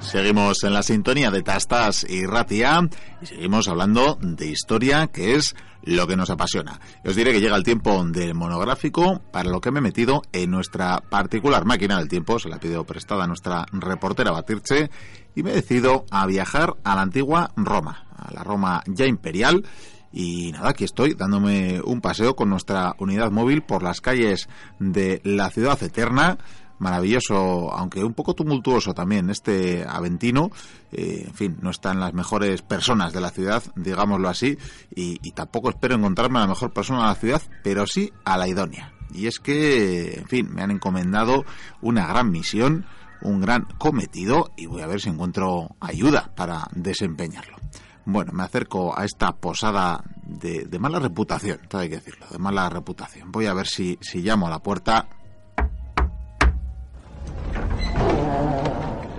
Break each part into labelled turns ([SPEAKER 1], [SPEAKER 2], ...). [SPEAKER 1] Seguimos en la sintonía de Tastas y Ratia y seguimos hablando de historia, que es lo que nos apasiona. Os diré que llega el tiempo del monográfico, para lo que me he metido en nuestra particular máquina del tiempo, se la pido prestada a nuestra reportera Batirche, y me he decidido a viajar a la antigua Roma, a la Roma ya imperial. Y nada, aquí estoy dándome un paseo con nuestra unidad móvil por las calles de la ciudad eterna, maravilloso, aunque un poco tumultuoso también, este Aventino. Eh, en fin, no están las mejores personas de la ciudad, digámoslo así, y, y, tampoco espero encontrarme a la mejor persona de la ciudad, pero sí a la idónea. Y es que, en fin, me han encomendado una gran misión, un gran cometido, y voy a ver si encuentro ayuda para desempeñarlo. Bueno, me acerco a esta posada de, de mala reputación, todo hay que decirlo, de mala reputación. Voy a ver si, si llamo a la puerta,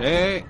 [SPEAKER 2] ¿Eh?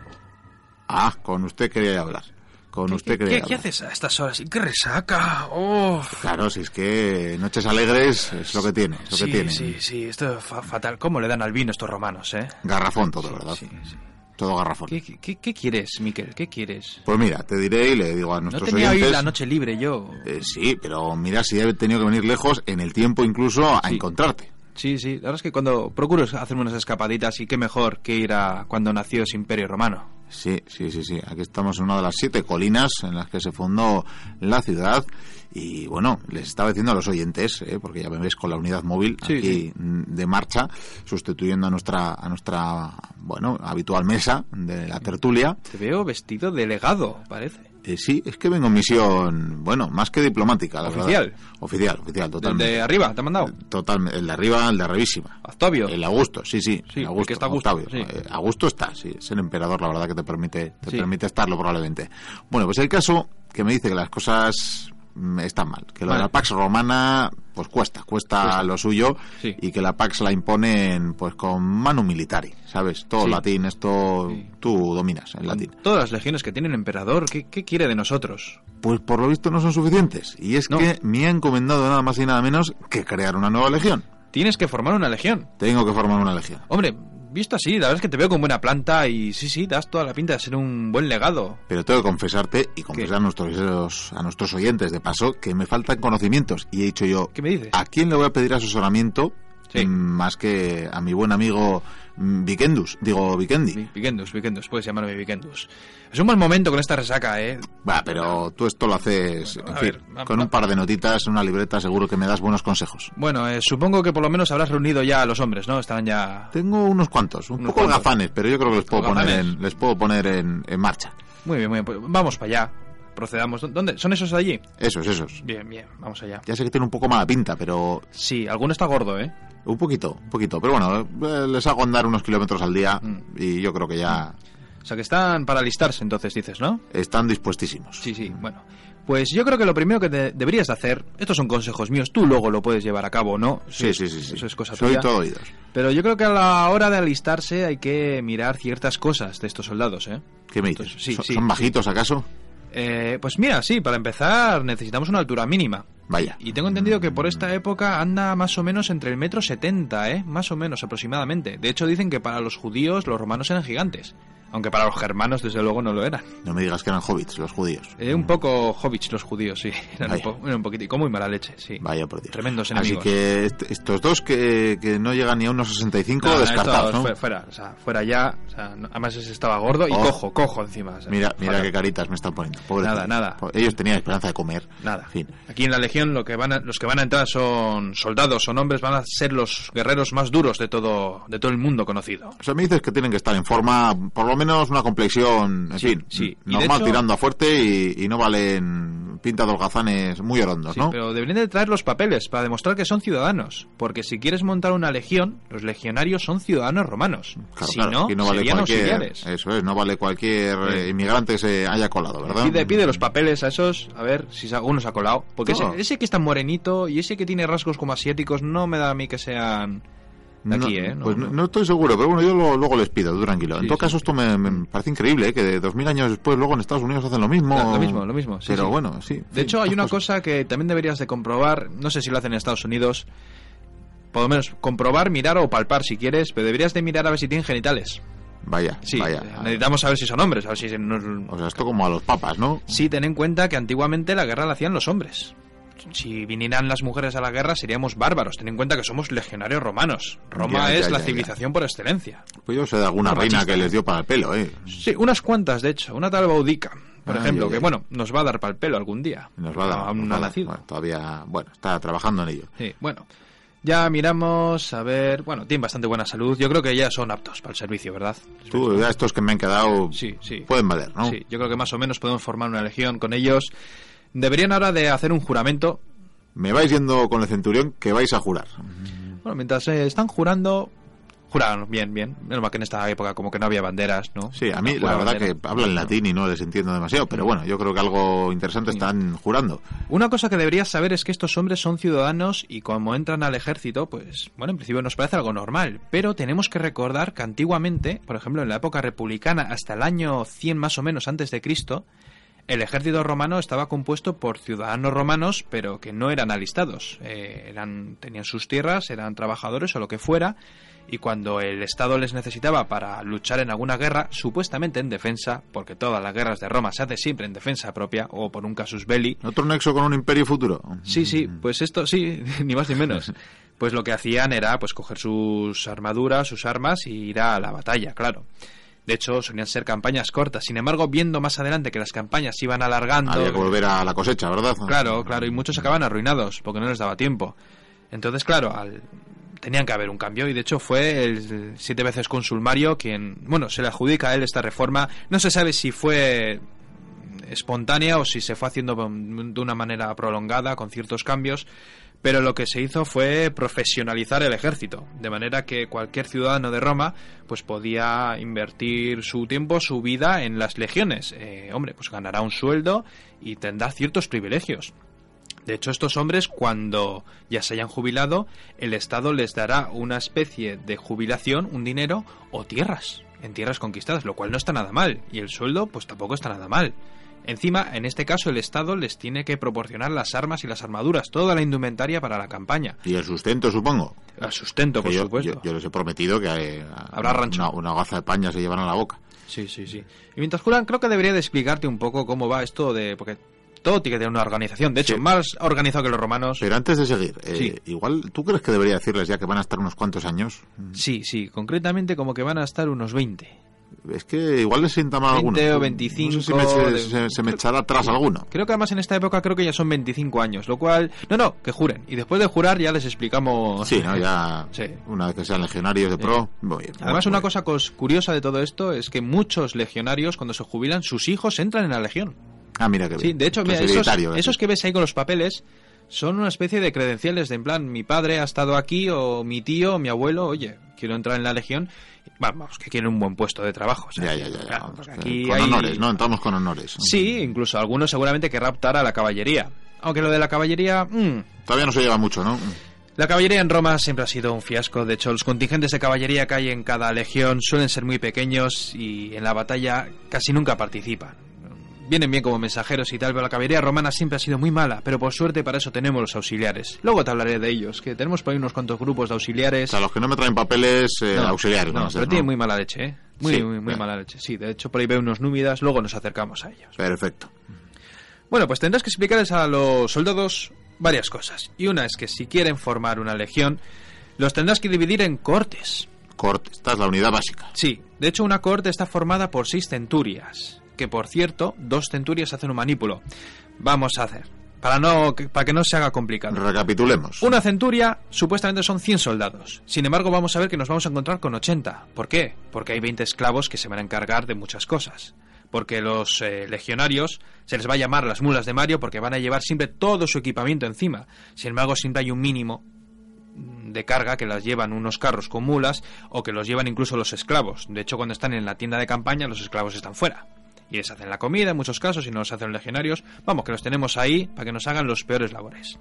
[SPEAKER 1] Ah, con usted quería hablar. Con
[SPEAKER 2] ¿Qué,
[SPEAKER 1] usted
[SPEAKER 2] qué,
[SPEAKER 1] quería
[SPEAKER 2] ¿qué, ¿Qué haces a estas horas? ¡Qué resaca! Oh.
[SPEAKER 1] Claro, si es que Noches Alegres es lo que tiene. Es lo
[SPEAKER 2] sí,
[SPEAKER 1] que tiene.
[SPEAKER 2] sí, sí, esto es fa fatal. ¿Cómo le dan al vino estos romanos, eh?
[SPEAKER 1] Garrafón todo, ¿verdad?
[SPEAKER 2] Sí, sí.
[SPEAKER 1] Todo garrafón.
[SPEAKER 2] ¿Qué, qué, qué quieres, Miquel? ¿Qué quieres?
[SPEAKER 1] Pues mira, te diré y le digo a
[SPEAKER 2] No
[SPEAKER 1] nuestros
[SPEAKER 2] tenía hoy
[SPEAKER 1] oyentes...
[SPEAKER 2] la noche libre yo.
[SPEAKER 1] Eh, sí, pero mira si he tenido que venir lejos en el tiempo incluso a
[SPEAKER 2] Sí.
[SPEAKER 1] encontrarte.
[SPEAKER 2] Sí, sí, la verdad es que cuando procuro hacerme unas escapaditas y qué mejor que ir a cuando nació ese imperio romano.
[SPEAKER 1] Sí, sí, sí, sí. Aquí estamos en una de las siete colinas en las que se fundó la ciudad. Y bueno, les estaba diciendo a los oyentes, ¿eh? porque ya me ves con la unidad móvil
[SPEAKER 2] Sí,
[SPEAKER 1] aquí
[SPEAKER 2] sí.
[SPEAKER 1] mm, de marcha, sustituyendo a nuestra, a nuestra, bueno, habitual mesa de la tertulia.
[SPEAKER 2] Te veo vestido de legado, parece.
[SPEAKER 1] Eh, sí, es que vengo en misión, bueno, más que diplomática, la
[SPEAKER 2] Oficial.
[SPEAKER 1] verdad. Oficial, oficial,
[SPEAKER 2] ¿Del
[SPEAKER 1] totalmente.
[SPEAKER 2] de arriba te han mandado?
[SPEAKER 1] Totalmente, el de arriba, el de arribísima.
[SPEAKER 2] Octavio.
[SPEAKER 1] El Augusto, sí, sí.
[SPEAKER 2] Sí,
[SPEAKER 1] el
[SPEAKER 2] porque
[SPEAKER 1] Augusto,
[SPEAKER 2] está Augusto,
[SPEAKER 1] Octavio.
[SPEAKER 2] sí.
[SPEAKER 1] Eh, Augusto está, sí. Es el emperador, la verdad, que te permite, te
[SPEAKER 2] Sí.
[SPEAKER 1] permite estarlo probablemente. Bueno, pues el caso que me dice que las cosas mm, están mal, que lo de
[SPEAKER 2] Vale.
[SPEAKER 1] la Pax Romana, pues cuesta, cuesta,
[SPEAKER 2] Cuesta.
[SPEAKER 1] lo suyo,
[SPEAKER 2] Sí.
[SPEAKER 1] y que la Pax la imponen, pues con manu militari, ¿sabes? Todo
[SPEAKER 2] Sí.
[SPEAKER 1] latín, esto
[SPEAKER 2] Sí.
[SPEAKER 1] tú dominas el latín.
[SPEAKER 2] Con Todas las legiones que tiene el emperador, ¿qué, qué quiere de nosotros?
[SPEAKER 1] Pues por lo visto no son suficientes, y es
[SPEAKER 2] No.
[SPEAKER 1] que me ha encomendado nada más y nada menos que crear una nueva legión.
[SPEAKER 2] Tienes que formar una legión.
[SPEAKER 1] Tengo que formar una legión.
[SPEAKER 2] Hombre, visto así, la verdad es que te veo con buena planta y sí, sí, das toda la pinta de ser un buen legado.
[SPEAKER 1] Pero tengo que confesarte y confesar a nuestros, a nuestros oyentes de paso que me faltan conocimientos. Y he dicho yo,
[SPEAKER 2] ¿Qué me dices?
[SPEAKER 1] ¿a quién le voy a pedir asesoramiento
[SPEAKER 2] Sí.
[SPEAKER 1] mm, más que a mi buen amigo mm, Vikendus? Digo, Vikendi.
[SPEAKER 2] Vi- Vikendus, Vikendus, puedes llamarme Vikendus. Es un mal momento con esta resaca, ¿eh?
[SPEAKER 1] Va, pero tú esto lo haces,
[SPEAKER 2] Bueno,
[SPEAKER 1] en
[SPEAKER 2] a
[SPEAKER 1] fin,
[SPEAKER 2] ver, va-
[SPEAKER 1] con un
[SPEAKER 2] va-
[SPEAKER 1] par de notitas en una libreta seguro que me das buenos consejos.
[SPEAKER 2] Bueno, eh, supongo que por lo menos habrás reunido ya a los hombres, ¿no? Estaban ya...
[SPEAKER 1] Tengo unos cuantos, un
[SPEAKER 2] Unos
[SPEAKER 1] poco
[SPEAKER 2] cuantos.
[SPEAKER 1] gafanes, pero yo creo que les puedo poner,
[SPEAKER 2] ¿Holgazanes?
[SPEAKER 1] en, les puedo poner en, en marcha.
[SPEAKER 2] Muy bien, muy bien, pues vamos para allá. Procedamos. ¿Dó- ¿Dónde? ¿Son esos de allí?
[SPEAKER 1] Esos, esos.
[SPEAKER 2] Bien, bien, vamos allá.
[SPEAKER 1] Ya sé que tiene un poco mala pinta, pero
[SPEAKER 2] Sí, alguno está gordo, ¿eh?
[SPEAKER 1] Un poquito, un poquito. Pero bueno, eh, les hago andar unos kilómetros al día
[SPEAKER 2] Mm.
[SPEAKER 1] y yo creo que ya
[SPEAKER 2] O sea, que están para alistarse entonces, dices, ¿no?
[SPEAKER 1] están dispuestísimos.
[SPEAKER 2] Sí, sí, bueno. Pues yo creo que lo primero que te- deberías de hacer, estos son consejos míos, tú luego lo puedes llevar a cabo o no. Eso
[SPEAKER 1] sí,
[SPEAKER 2] es-
[SPEAKER 1] sí, sí. sí.
[SPEAKER 2] Eso es cosa
[SPEAKER 1] Soy
[SPEAKER 2] tuya.
[SPEAKER 1] todo oídos.
[SPEAKER 2] Pero yo creo que a la hora de alistarse hay que mirar ciertas cosas de estos soldados, ¿eh?
[SPEAKER 1] ¿Qué me dices?
[SPEAKER 2] Entonces, sí,
[SPEAKER 1] ¿Son,
[SPEAKER 2] sí,
[SPEAKER 1] son
[SPEAKER 2] sí.
[SPEAKER 1] bajitos acaso?
[SPEAKER 2] Eh, pues mira, sí, para empezar necesitamos una altura mínima.
[SPEAKER 1] Vaya.
[SPEAKER 2] Y tengo entendido que por esta época anda más o menos entre el metro setenta, ¿eh? Más o menos aproximadamente. De hecho dicen que para los judíos los romanos eran gigantes. Aunque para los germanos desde luego no lo eran.
[SPEAKER 1] No me digas que eran hobbits, los judíos.
[SPEAKER 2] Eh, un poco hobbits los judíos, sí. Eran un,
[SPEAKER 1] Mm. Vaya.
[SPEAKER 2] po- eran un poquitico muy mala leche, sí.
[SPEAKER 1] Vaya por Dios.
[SPEAKER 2] Tremendos
[SPEAKER 1] Así
[SPEAKER 2] enemigos.
[SPEAKER 1] que est- estos dos que, que no llegan ni a unos 65
[SPEAKER 2] No, no,
[SPEAKER 1] descartados,
[SPEAKER 2] esto
[SPEAKER 1] ¿no?
[SPEAKER 2] fue- Fuera, o sea, fuera ya. o sea, no- además ese estaba gordo y
[SPEAKER 1] Oh.
[SPEAKER 2] cojo, cojo encima. o sea,
[SPEAKER 1] Mira, mira
[SPEAKER 2] fatal.
[SPEAKER 1] qué caritas me están poniendo. Pobre
[SPEAKER 2] Nada, nada.
[SPEAKER 1] Ellos tenían esperanza de comer.
[SPEAKER 2] Nada.
[SPEAKER 1] En fin.
[SPEAKER 2] Aquí en la Legión lo que van a- los que van a entrar son soldados, son hombres, van a ser los guerreros más duros de todo, de todo el mundo conocido.
[SPEAKER 1] O sea, me dices que tienen que estar en forma, por lo menos una complexión, en
[SPEAKER 2] Sí,
[SPEAKER 1] fin,
[SPEAKER 2] sí. Y de
[SPEAKER 1] normal
[SPEAKER 2] hecho-
[SPEAKER 1] tirando a fuerte y, y no valen pinta de holgazanes muy orondos,
[SPEAKER 2] Sí,
[SPEAKER 1] ¿no?
[SPEAKER 2] pero deberían de traer los papeles para demostrar que son ciudadanos. Porque si quieres montar una legión, los legionarios son ciudadanos romanos.
[SPEAKER 1] Claro,
[SPEAKER 2] si
[SPEAKER 1] claro,
[SPEAKER 2] no,
[SPEAKER 1] aquí vale
[SPEAKER 2] serían
[SPEAKER 1] cualquier, eh,
[SPEAKER 2] auxiliares.
[SPEAKER 1] eso es, no vale cualquier
[SPEAKER 2] Sí.
[SPEAKER 1] eh, inmigrante que se haya colado, ¿verdad?
[SPEAKER 2] Pide, pide los papeles a esos, a ver si alguno se ha colado. Porque
[SPEAKER 1] No.
[SPEAKER 2] ese, ese que está morenito y ese que tiene rasgos como asiáticos no me da a mí que sean de
[SPEAKER 1] No,
[SPEAKER 2] aquí, ¿eh? No,
[SPEAKER 1] pues no,
[SPEAKER 2] no.
[SPEAKER 1] no estoy seguro, pero bueno, yo lo- luego les pido, tú tranquilo. en
[SPEAKER 2] Sí,
[SPEAKER 1] todo
[SPEAKER 2] sí.
[SPEAKER 1] caso, esto me, me parece increíble, ¿eh? que de 2000 años después, luego en Estados Unidos hacen lo mismo.
[SPEAKER 2] Lo mismo, lo mismo, sí,
[SPEAKER 1] pero
[SPEAKER 2] sí.
[SPEAKER 1] bueno, sí. pues, en
[SPEAKER 2] De
[SPEAKER 1] fin,
[SPEAKER 2] hecho, hay
[SPEAKER 1] estas
[SPEAKER 2] una
[SPEAKER 1] cosas.
[SPEAKER 2] cosa que también deberías de comprobar, no sé si lo hacen en Estados Unidos, por lo menos comprobar, mirar o palpar si quieres, pero deberías de mirar a ver si tienen genitales.
[SPEAKER 1] Vaya,
[SPEAKER 2] Sí,
[SPEAKER 1] vaya.
[SPEAKER 2] eh, necesitamos saber si son hombres, a ver si es- no es-
[SPEAKER 1] O sea, esto como a los papas, ¿no?
[SPEAKER 2] Sí, ten en cuenta que antiguamente la guerra la hacían los hombres. Si vinieran las mujeres a la guerra seríamos bárbaros. Ten en cuenta que somos legionarios romanos. Roma
[SPEAKER 1] Ya, ya,
[SPEAKER 2] es la
[SPEAKER 1] ya, ya.
[SPEAKER 2] civilización por excelencia.
[SPEAKER 1] Pues yo sé de alguna
[SPEAKER 2] Bueno,
[SPEAKER 1] reina
[SPEAKER 2] machista.
[SPEAKER 1] que les dio para el pelo, ¿eh?
[SPEAKER 2] Sí, unas cuantas, de hecho. Una tal Baudica, por
[SPEAKER 1] Ah,
[SPEAKER 2] ejemplo,
[SPEAKER 1] ya, ya.
[SPEAKER 2] que bueno, nos va a dar pal pelo algún día.
[SPEAKER 1] Nos va a dar.
[SPEAKER 2] Aún
[SPEAKER 1] nos
[SPEAKER 2] no
[SPEAKER 1] va
[SPEAKER 2] ha
[SPEAKER 1] a dar.
[SPEAKER 2] nacido.
[SPEAKER 1] Bueno, todavía, bueno, está trabajando en ello.
[SPEAKER 2] Sí, bueno. Ya miramos, a ver. Bueno, tienen bastante buena salud. Yo creo que ya son aptos para el servicio, ¿verdad?
[SPEAKER 1] Tú, ya estos que me han quedado
[SPEAKER 2] Sí, sí.
[SPEAKER 1] pueden valer, ¿no?
[SPEAKER 2] Sí, yo creo que más o menos podemos formar una legión con ellos. Deberían ahora de hacer un juramento.
[SPEAKER 1] Me vais yendo con el centurión que vais a jurar.
[SPEAKER 2] Bueno, mientras eh, están jurando. Juraron, bien, bien. Menos mal que en esta época como que no había banderas, ¿no?
[SPEAKER 1] Sí, a mí
[SPEAKER 2] No
[SPEAKER 1] la
[SPEAKER 2] juraba
[SPEAKER 1] verdad que
[SPEAKER 2] bandera.
[SPEAKER 1] hablan latín y no les entiendo demasiado, pero bueno, yo creo que algo interesante están jurando.
[SPEAKER 2] Una cosa que deberías saber es que estos hombres son ciudadanos y como entran al ejército, pues bueno, en principio nos parece algo normal, pero tenemos que recordar que antiguamente, por ejemplo, en la época republicana hasta el año 100 más o menos antes de Cristo, el ejército romano estaba compuesto por ciudadanos romanos, pero que no eran alistados. Eh, eran, tenían sus tierras, eran trabajadores o lo que fuera, y cuando el Estado les necesitaba para luchar en alguna guerra, supuestamente en defensa, porque todas las guerras de Roma se hacen siempre en defensa propia o por un casus belli,
[SPEAKER 1] Otro nexo con un imperio futuro.
[SPEAKER 2] Sí, sí,
[SPEAKER 1] Mm.
[SPEAKER 2] pues esto sí, ni más ni menos. Pues lo que hacían era pues coger sus armaduras, sus armas y ir a la batalla, claro. De hecho, solían ser campañas cortas. Sin embargo, viendo más adelante que las campañas se iban alargando,
[SPEAKER 1] Había que volver a la cosecha, ¿verdad?
[SPEAKER 2] claro, claro, y muchos acaban arruinados porque no les daba tiempo. Entonces, claro, al- tenían que haber un cambio y de hecho fue el siete veces cónsul Mario quien, bueno, se le adjudica a él esta reforma. No se sabe si fue espontánea o si se fue haciendo de una manera prolongada con ciertos cambios, pero lo que se hizo fue profesionalizar el ejército, de manera que cualquier ciudadano de Roma pues podía invertir su tiempo, su vida en las legiones. Eh, hombre, pues ganará un sueldo y tendrá ciertos privilegios. De hecho, estos hombres, cuando ya se hayan jubilado, el Estado les dará una especie de jubilación, un dinero o tierras, en tierras conquistadas, lo cual no está nada mal. Y el sueldo, pues tampoco está nada mal. Encima, en este caso, el Estado les tiene que proporcionar las armas y las armaduras, toda la indumentaria para la campaña.
[SPEAKER 1] Y el sustento, supongo.
[SPEAKER 2] El sustento, por
[SPEAKER 1] Que yo,
[SPEAKER 2] supuesto.
[SPEAKER 1] yo- yo les he prometido que eh,
[SPEAKER 2] Habrá rancho.
[SPEAKER 1] Una, una gaza de paña se llevan a la boca.
[SPEAKER 2] Sí, sí, sí. Y mientras curan, creo que debería de explicarte un poco cómo va esto de... Porque todo tiene que tener una organización. De hecho,
[SPEAKER 1] Sí.
[SPEAKER 2] más organizado que los romanos.
[SPEAKER 1] Pero antes de seguir, eh,
[SPEAKER 2] Sí.
[SPEAKER 1] igual, ¿tú crees que debería decirles ya que van a estar unos cuantos años?
[SPEAKER 2] Sí, sí. Concretamente como que van a estar unos 20.
[SPEAKER 1] Es que igual les sienta mal
[SPEAKER 2] 20
[SPEAKER 1] alguno.
[SPEAKER 2] o 25
[SPEAKER 1] No sé si me- se,
[SPEAKER 2] de-
[SPEAKER 1] se- se me echará atrás alguno.
[SPEAKER 2] Creo que además en esta época creo que ya son 25 años, lo cual... No, no, que juren. Y después de jurar ya les explicamos...
[SPEAKER 1] Sí, ¿no? Ya,
[SPEAKER 2] Sí.
[SPEAKER 1] una vez que sean legionarios de pro, muy bien.
[SPEAKER 2] Además,
[SPEAKER 1] Bueno,
[SPEAKER 2] una cosa cos- curiosa de todo esto es que muchos legionarios, cuando se jubilan, sus hijos entran en la legión.
[SPEAKER 1] Ah, mira que bien.
[SPEAKER 2] Sí, de hecho, mira, esos,
[SPEAKER 1] Hereditario, gracias.
[SPEAKER 2] esos que ves ahí con los papeles son una especie de credenciales de en plan, mi padre ha estado aquí, o mi tío, o mi abuelo, oye, quiero entrar en la legión. Bueno, Vamos, que quieren un buen puesto de trabajo. o sea,
[SPEAKER 1] Ya, ya, ya. ya,
[SPEAKER 2] claro,
[SPEAKER 1] vamos,
[SPEAKER 2] porque
[SPEAKER 1] que-
[SPEAKER 2] aquí
[SPEAKER 1] con
[SPEAKER 2] hay-
[SPEAKER 1] honores, ¿no? Entramos con honores.
[SPEAKER 2] Sí, incluso algunos seguramente querrá optar a la caballería. Aunque lo de la caballería... mm,
[SPEAKER 1] Todavía no se lleva mucho, ¿no?
[SPEAKER 2] la caballería en Roma siempre ha sido un fiasco. De hecho, los contingentes de caballería que hay en cada legión suelen ser muy pequeños y en la batalla casi nunca participan. Vienen bien como mensajeros y tal, pero la caballería romana siempre ha sido muy mala. Pero por suerte para eso tenemos los auxiliares. Luego te hablaré de ellos, que tenemos por ahí unos cuantos grupos de
[SPEAKER 1] O
[SPEAKER 2] auxiliares.
[SPEAKER 1] sea, los que no me traen papeles eh,
[SPEAKER 2] No,
[SPEAKER 1] auxiliares.
[SPEAKER 2] no,
[SPEAKER 1] van a ser,
[SPEAKER 2] pero tienen
[SPEAKER 1] ¿no?
[SPEAKER 2] muy mala leche, ¿eh? Muy,
[SPEAKER 1] Sí,
[SPEAKER 2] muy, muy
[SPEAKER 1] claro.
[SPEAKER 2] mala leche. Sí, de hecho por ahí veo unos númidas, luego nos acercamos a ellos.
[SPEAKER 1] Perfecto.
[SPEAKER 2] Bueno, pues tendrás que explicarles a los soldados varias cosas. Y una es que si quieren formar una legión, los tendrás que dividir en cortes.
[SPEAKER 1] Corte. Esta es la unidad básica.
[SPEAKER 2] Sí, de hecho una cohorte está formada por seis centurias, que por cierto, dos centurias hacen un manípulo. Vamos a hacer, para, no, que- para que no se haga complicado.
[SPEAKER 1] Recapitulemos.
[SPEAKER 2] Una centuria supuestamente son 100 soldados. Sin embargo, vamos a ver que nos vamos a encontrar con 80. ¿Por qué? Porque hay 20 esclavos que se van a encargar de muchas cosas. Porque los eh, legionarios se les va a llamar las mulas de Mario porque van a llevar siempre todo su equipamiento encima. Sin embargo, siempre hay un mínimo de carga que las llevan unos carros con mulas o que los llevan incluso los esclavos. De hecho, cuando están en la tienda de campaña, los esclavos están fuera. Y les hacen la comida en muchos casos y no los hacen legionarios. Vamos, que los tenemos ahí para que nos hagan los peores labores.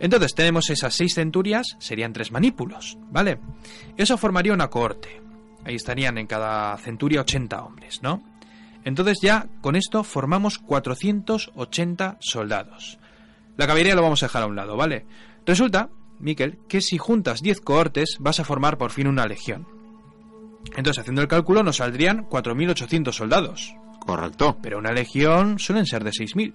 [SPEAKER 2] Entonces tenemos esas seis centurias, serían tres manípulos, ¿vale? Eso formaría una cohorte. Ahí estarían en cada centuria 80 hombres, ¿no? Entonces ya con esto formamos 480 soldados. La caballería lo vamos a dejar a un lado, ¿vale? Resulta, Miquel, que si juntas 10 cohortes vas a formar por fin una legión. Entonces, haciendo el cálculo, nos saldrían 4.800 soldados.
[SPEAKER 1] Correcto.
[SPEAKER 2] Pero una legión suelen ser de 6.000.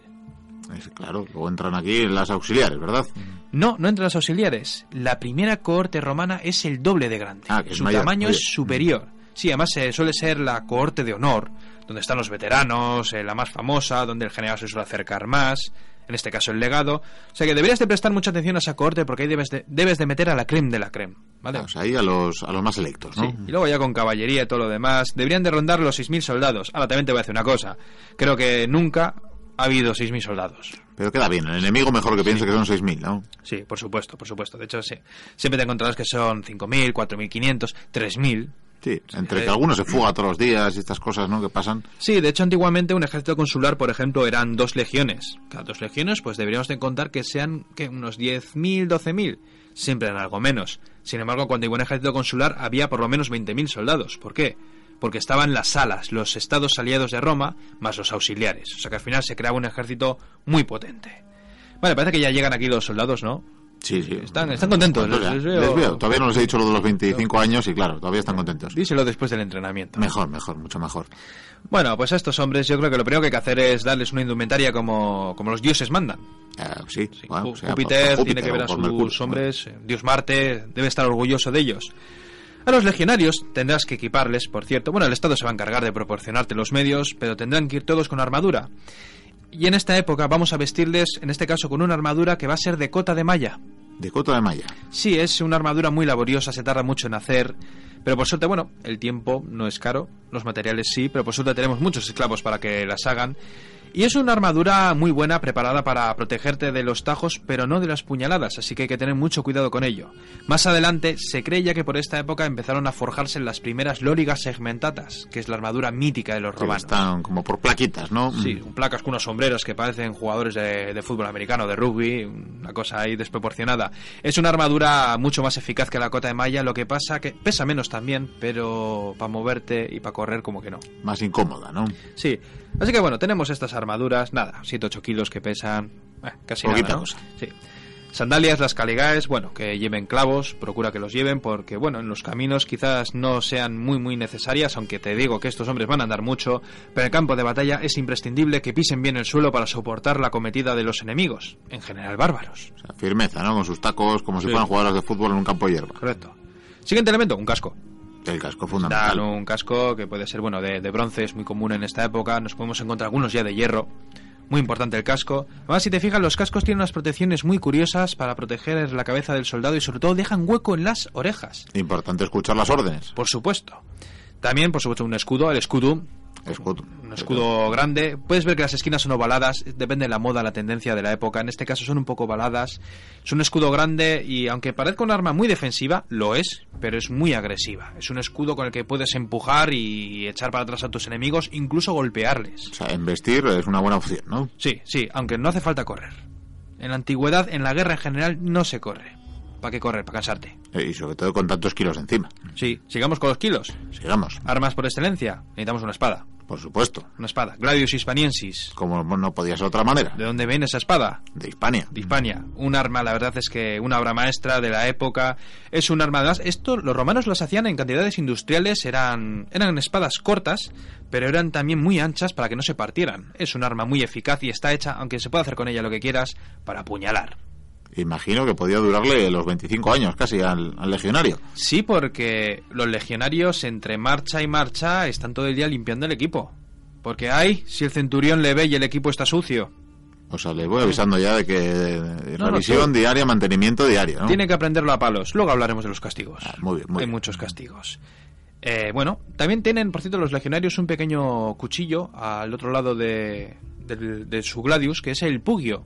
[SPEAKER 1] Es- Claro, luego entran aquí las auxiliares, ¿verdad?
[SPEAKER 2] No, no entran los auxiliares. La primera cohorte romana es el doble de grande.
[SPEAKER 1] Ah, que es
[SPEAKER 2] Su
[SPEAKER 1] mayor,
[SPEAKER 2] tamaño
[SPEAKER 1] oye.
[SPEAKER 2] es superior. Sí, además eh, suele ser la cohorte de honor, donde están los veteranos, eh, la más famosa, donde el general se suele acercar más, en este caso el legado. O sea que deberías de prestar mucha atención a esa cohorte porque ahí debes de, debes de meter a la creme de la creme. ¿vale?
[SPEAKER 1] Ah, O sea, Pues ahí a los, a los más electos, ¿no?
[SPEAKER 2] Sí, Y luego ya con caballería y todo lo demás, deberían de rondar los 6.000 soldados. Ahora también te voy a decir una cosa. Creo que nunca ha habido 6.000 soldados.
[SPEAKER 1] Pero queda bien, el enemigo mejor que piense que son 6.000, ¿no?
[SPEAKER 2] Sí, por supuesto, por supuesto. De hecho, sí. Siempre te encontrarás que son 5.000, 4.500, 3.000.
[SPEAKER 1] Sí, entre que
[SPEAKER 2] eh.
[SPEAKER 1] algunos se fuga todos los días y estas cosas, ¿no? Que pasan.
[SPEAKER 2] Sí, de hecho, antiguamente un ejército consular, por ejemplo, eran dos legiones. Cada dos legiones, pues deberíamos de contar que sean que unos 10.000, 12.000. Siempre eran algo menos. Sin embargo, cuando llegó un ejército consular había por lo menos 20.000 soldados. ¿Por qué? Porque estaban las salas, los estados aliados de Roma, más los auxiliares. O sea que al final se creaba un ejército muy potente. Vale, parece que ya llegan aquí los soldados, ¿no?
[SPEAKER 1] Sí, sí.
[SPEAKER 2] Están- están contentos,
[SPEAKER 1] Bueno,
[SPEAKER 2] les-
[SPEAKER 1] ya,
[SPEAKER 2] les veo-
[SPEAKER 1] Todavía no les he dicho lo de los 25 años y claro, todavía están contentos.
[SPEAKER 2] Díselo después del entrenamiento.
[SPEAKER 1] Mejor, mejor, mucho mejor.
[SPEAKER 2] Bueno, pues a estos hombres yo creo que lo primero que hay que hacer es darles una indumentaria como, como los dioses mandan.
[SPEAKER 1] Ah, sí,
[SPEAKER 2] Sí,
[SPEAKER 1] bueno,
[SPEAKER 2] Ju-
[SPEAKER 1] o sea,
[SPEAKER 2] Júpiter,
[SPEAKER 1] por- por
[SPEAKER 2] tiene que ver
[SPEAKER 1] o
[SPEAKER 2] a
[SPEAKER 1] por
[SPEAKER 2] sus
[SPEAKER 1] Mercurio,
[SPEAKER 2] hombres, eh, Dios Marte debe estar orgulloso de ellos. A los legionarios tendrás que equiparles, por cierto. Bueno, el Estado se va a encargar de proporcionarte los medios, pero tendrán que ir todos con armadura. Y en esta época vamos a vestirles, en este caso, con una armadura que va a ser de cota de malla.
[SPEAKER 1] bueno. De Cota de Maya.
[SPEAKER 2] Sí, es una armadura muy laboriosa, se tarda mucho en hacer, pero por suerte, bueno, el tiempo no es caro, los materiales sí, pero por suerte tenemos muchos esclavos para que las hagan. Y es una armadura muy buena preparada para protegerte de los tajos, pero no de las puñaladas, así que hay que tener mucho cuidado con ello. Más adelante, se cree ya que por esta época empezaron a forjarse las primeras lórigas segmentatas, que es la armadura mítica de los
[SPEAKER 1] Que
[SPEAKER 2] romanos.
[SPEAKER 1] están como por plaquitas, ¿no?
[SPEAKER 2] Sí, un placas con unos sombreros que parecen jugadores de, de fútbol americano, de rugby, una cosa ahí desproporcionada. Es una armadura mucho más eficaz que la cota de malla, lo que pasa que pesa menos también, pero para moverte y para correr como que no.
[SPEAKER 1] Más incómoda, ¿no?
[SPEAKER 2] Sí, así que bueno, tenemos estas armaduras, nada, 7-8 kilos que pesan, eh, casi
[SPEAKER 1] Poquita
[SPEAKER 2] nada, ¿no?
[SPEAKER 1] cosa.
[SPEAKER 2] Sí. Sandalias, las caligaes, bueno, que lleven clavos, procura que los lleven porque, bueno, en los caminos quizás no sean muy, muy necesarias, aunque te digo que estos hombres van a andar mucho, pero en el campo de batalla es imprescindible que pisen bien el suelo para soportar la cometida de los enemigos, en general bárbaros.
[SPEAKER 1] O sea, firmeza, ¿no? Con sus tacos, como si
[SPEAKER 2] Sí.
[SPEAKER 1] fueran jugadores de fútbol en un campo de hierba.
[SPEAKER 2] Correcto. Siguiente elemento, un casco.
[SPEAKER 1] El casco
[SPEAKER 2] Dan
[SPEAKER 1] fundamental.
[SPEAKER 2] un casco que puede ser bueno de, de bronce, es muy común en esta época. Nos podemos encontrar algunos ya de hierro. Muy importante el casco. Además, si te fijas, los cascos tienen unas protecciones muy curiosas para proteger la cabeza del soldado y sobre todo dejan hueco en las orejas.
[SPEAKER 1] Importante escuchar las órdenes.
[SPEAKER 2] Por supuesto. También, por supuesto, un escudo, el escudo.
[SPEAKER 1] Escudo.
[SPEAKER 2] Un escudo grande. Puedes ver que las esquinas son ovaladas. Depende de la moda, la tendencia de la época. En este caso son un poco ovaladas. Es un escudo grande y aunque parezca un arma muy defensiva, lo es, pero es muy agresiva. Es un escudo con el que puedes empujar y echar para atrás a tus enemigos, incluso golpearles.
[SPEAKER 1] O sea, investir es una buena opción, ¿no?
[SPEAKER 2] Sí, sí, aunque no hace falta correr. En la antigüedad, en la guerra en general, no se corre. ¿Para qué correr? Para cansarte.
[SPEAKER 1] Eh, Y sobre todo con tantos kilos encima.
[SPEAKER 2] Sí, sigamos con los kilos.
[SPEAKER 1] Sigamos,
[SPEAKER 2] Armas por excelencia. Necesitamos una espada.
[SPEAKER 1] por supuesto.
[SPEAKER 2] Una espada. Gladius hispaniensis.
[SPEAKER 1] Como no podía ser de otra manera.
[SPEAKER 2] ¿De dónde viene esa espada?
[SPEAKER 1] De Hispania.
[SPEAKER 2] de Hispania. Un arma, la verdad es que una obra maestra de la época. Es un arma, además, esto los romanos las hacían en cantidades industriales, eran, eran espadas cortas, pero eran también muy anchas para que no se partieran. Es un arma muy eficaz y está hecha, aunque se pueda hacer con ella lo que quieras, para apuñalar.
[SPEAKER 1] Imagino que podía durarle los 25 años casi al, al legionario.
[SPEAKER 2] Sí, porque los legionarios entre marcha y marcha están todo el día limpiando el equipo. Porque ay, si el centurión le ve y el equipo está sucio.
[SPEAKER 1] O sea, le voy avisando ya de que de
[SPEAKER 2] No, no,
[SPEAKER 1] revisión diaria, mantenimiento diario, ¿no?
[SPEAKER 2] Tiene que aprenderlo a palos. Luego hablaremos de los castigos.
[SPEAKER 1] Ah, muy bien, muy
[SPEAKER 2] Hay
[SPEAKER 1] bien.
[SPEAKER 2] muchos castigos. Eh, bueno, también tienen, por cierto, los legionarios un pequeño cuchillo al otro lado de, del- de su gladius, que es el pugio.